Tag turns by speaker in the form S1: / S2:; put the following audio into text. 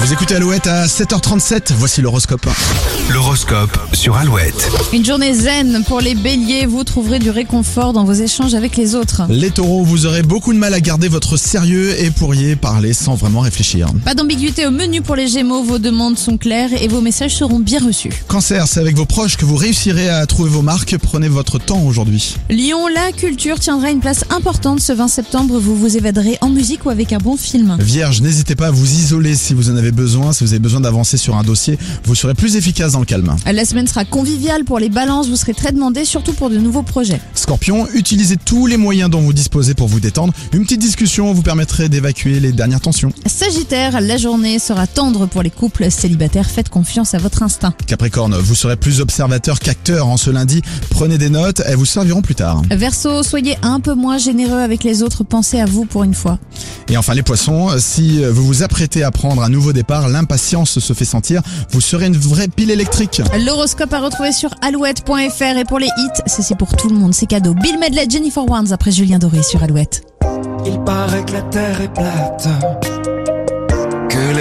S1: Vous écoutez Alouette à 7h37, voici l'horoscope.
S2: L'horoscope sur Alouette.
S3: Une journée zen pour les béliers, vous trouverez du réconfort dans vos échanges avec les autres.
S1: Les taureaux, vous aurez beaucoup de mal à garder votre sérieux et pourriez parler sans vraiment réfléchir.
S3: Pas d'ambiguïté au menu pour les gémeaux, vos demandes sont claires et vos messages seront bien reçus.
S1: Cancer, c'est avec vos proches que vous réussirez à trouver vos marques, prenez votre temps aujourd'hui.
S3: Lyon, la culture tiendra une place importante ce 20 septembre, vous vous évaderez en musique ou avec un bon film.
S1: Vierge, n'hésitez pas à vous isoler si vous en avez besoin, si vous avez besoin d'avancer sur un dossier, vous serez plus efficace dans le calme.
S3: La semaine sera conviviale pour les balances, vous serez très demandé, surtout pour de nouveaux projets.
S1: Scorpion, utilisez tous les moyens dont vous disposez pour vous détendre. Une petite discussion vous permettrait d'évacuer les dernières tensions.
S3: Sagittaire, la journée sera tendre pour les couples célibataires, faites confiance à votre instinct.
S1: Capricorne, vous serez plus observateur qu'acteur en ce lundi. Prenez des notes, elles vous serviront plus tard.
S3: Verseau, soyez un peu moins généreux avec les autres, pensez à vous pour une fois.
S1: Et enfin les poissons, euh, si vous vous apprêtez à prendre un nouveau départ, l'impatience se fait sentir. Vous serez une vraie pile électrique.
S3: L'horoscope à retrouver sur alouette.fr et pour les hits, ceci pour tout le monde, c'est cadeau. Bill Medley, Jennifer Warnes après Julien Doré sur Alouette.
S4: Il paraît que la terre est plate. Que les